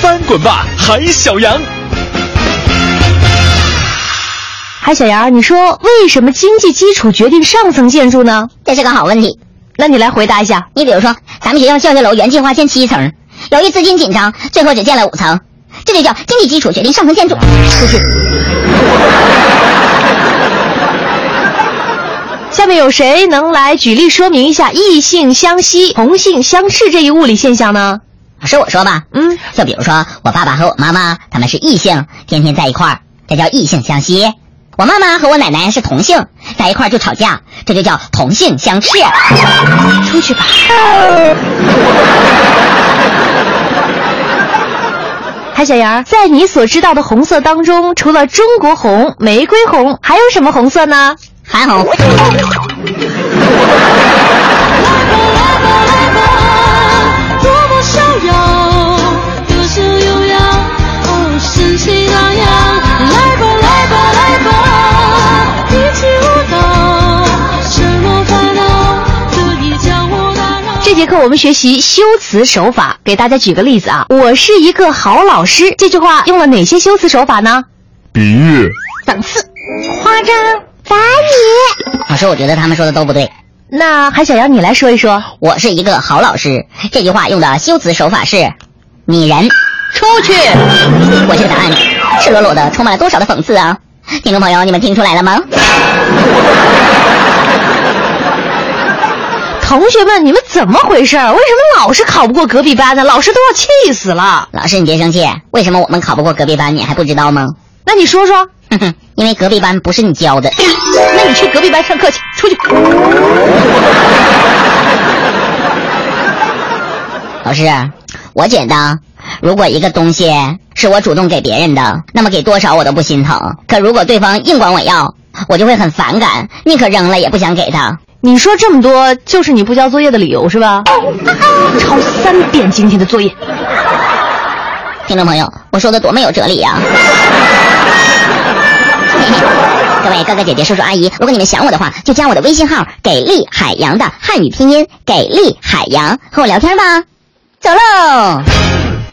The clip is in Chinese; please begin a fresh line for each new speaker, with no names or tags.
翻滚吧，海小羊！
海小羊，你说为什么经济基础决定上层建筑呢？
这是个好问题。
那你来回答一下。
你比如说，咱们学校教学楼原计划建七层，由于资金紧张，最后只建了五层，这就叫经济基础决定上层建筑。
出去。下面有谁能来举例说明一下异性相吸、同性相斥这一物理现象呢？
是我说吧，
嗯，
就比如说我爸爸和我妈妈他们是异性，天天在一块儿，这叫异性相吸；我妈妈和我奶奶是同性，在一块儿就吵架，这就叫同性相斥。
出 去吧。海小羊，在你所知道的红色当中，除了中国红、玫瑰红，还有什么红色呢？
韩红，
多么逍遥，歌声悠扬，哦，神气荡漾。来吧，来吧，来吧，一起舞蹈，什么烦恼可以将我打扰？
这节课我们学习修辞手法，给大家举个例子啊。我是一个好老师，这句话用了哪些修辞手法呢？
比喻，
讽刺。
夸张、打你。
老师，我觉得他们说的都不对。
那海小羊，你来说一说。
我是一个好老师，这句话用的修辞手法是“拟人”。
出去。
我这个答案赤裸裸的充满了多少的讽刺啊！听众朋友，你们听出来了吗？
同学们，你们怎么回事儿？为什么老是考不过隔壁班呢？老师都要气死了。
老师，你别生气，为什么我们考不过隔壁班，你还不知道吗？
那你说说，
哼哼，因为隔壁班不是你教的。
那你去隔壁班上课去，出去。
老师，我觉得如果一个东西是我主动给别人的，那么给多少我都不心疼。可如果对方硬管我要，我就会很反感，宁可扔了也不想给他。
你说这么多，就是你不交作业的理由是 吧？抄三遍今天的作业。
听众朋友，我说的多么有哲理啊 呀、各位哥哥姐姐、叔叔阿姨，如果你们想我的话，就加我的微信号“给力海洋”的汉语拼音“给力海洋”，和我聊天吧。走喽。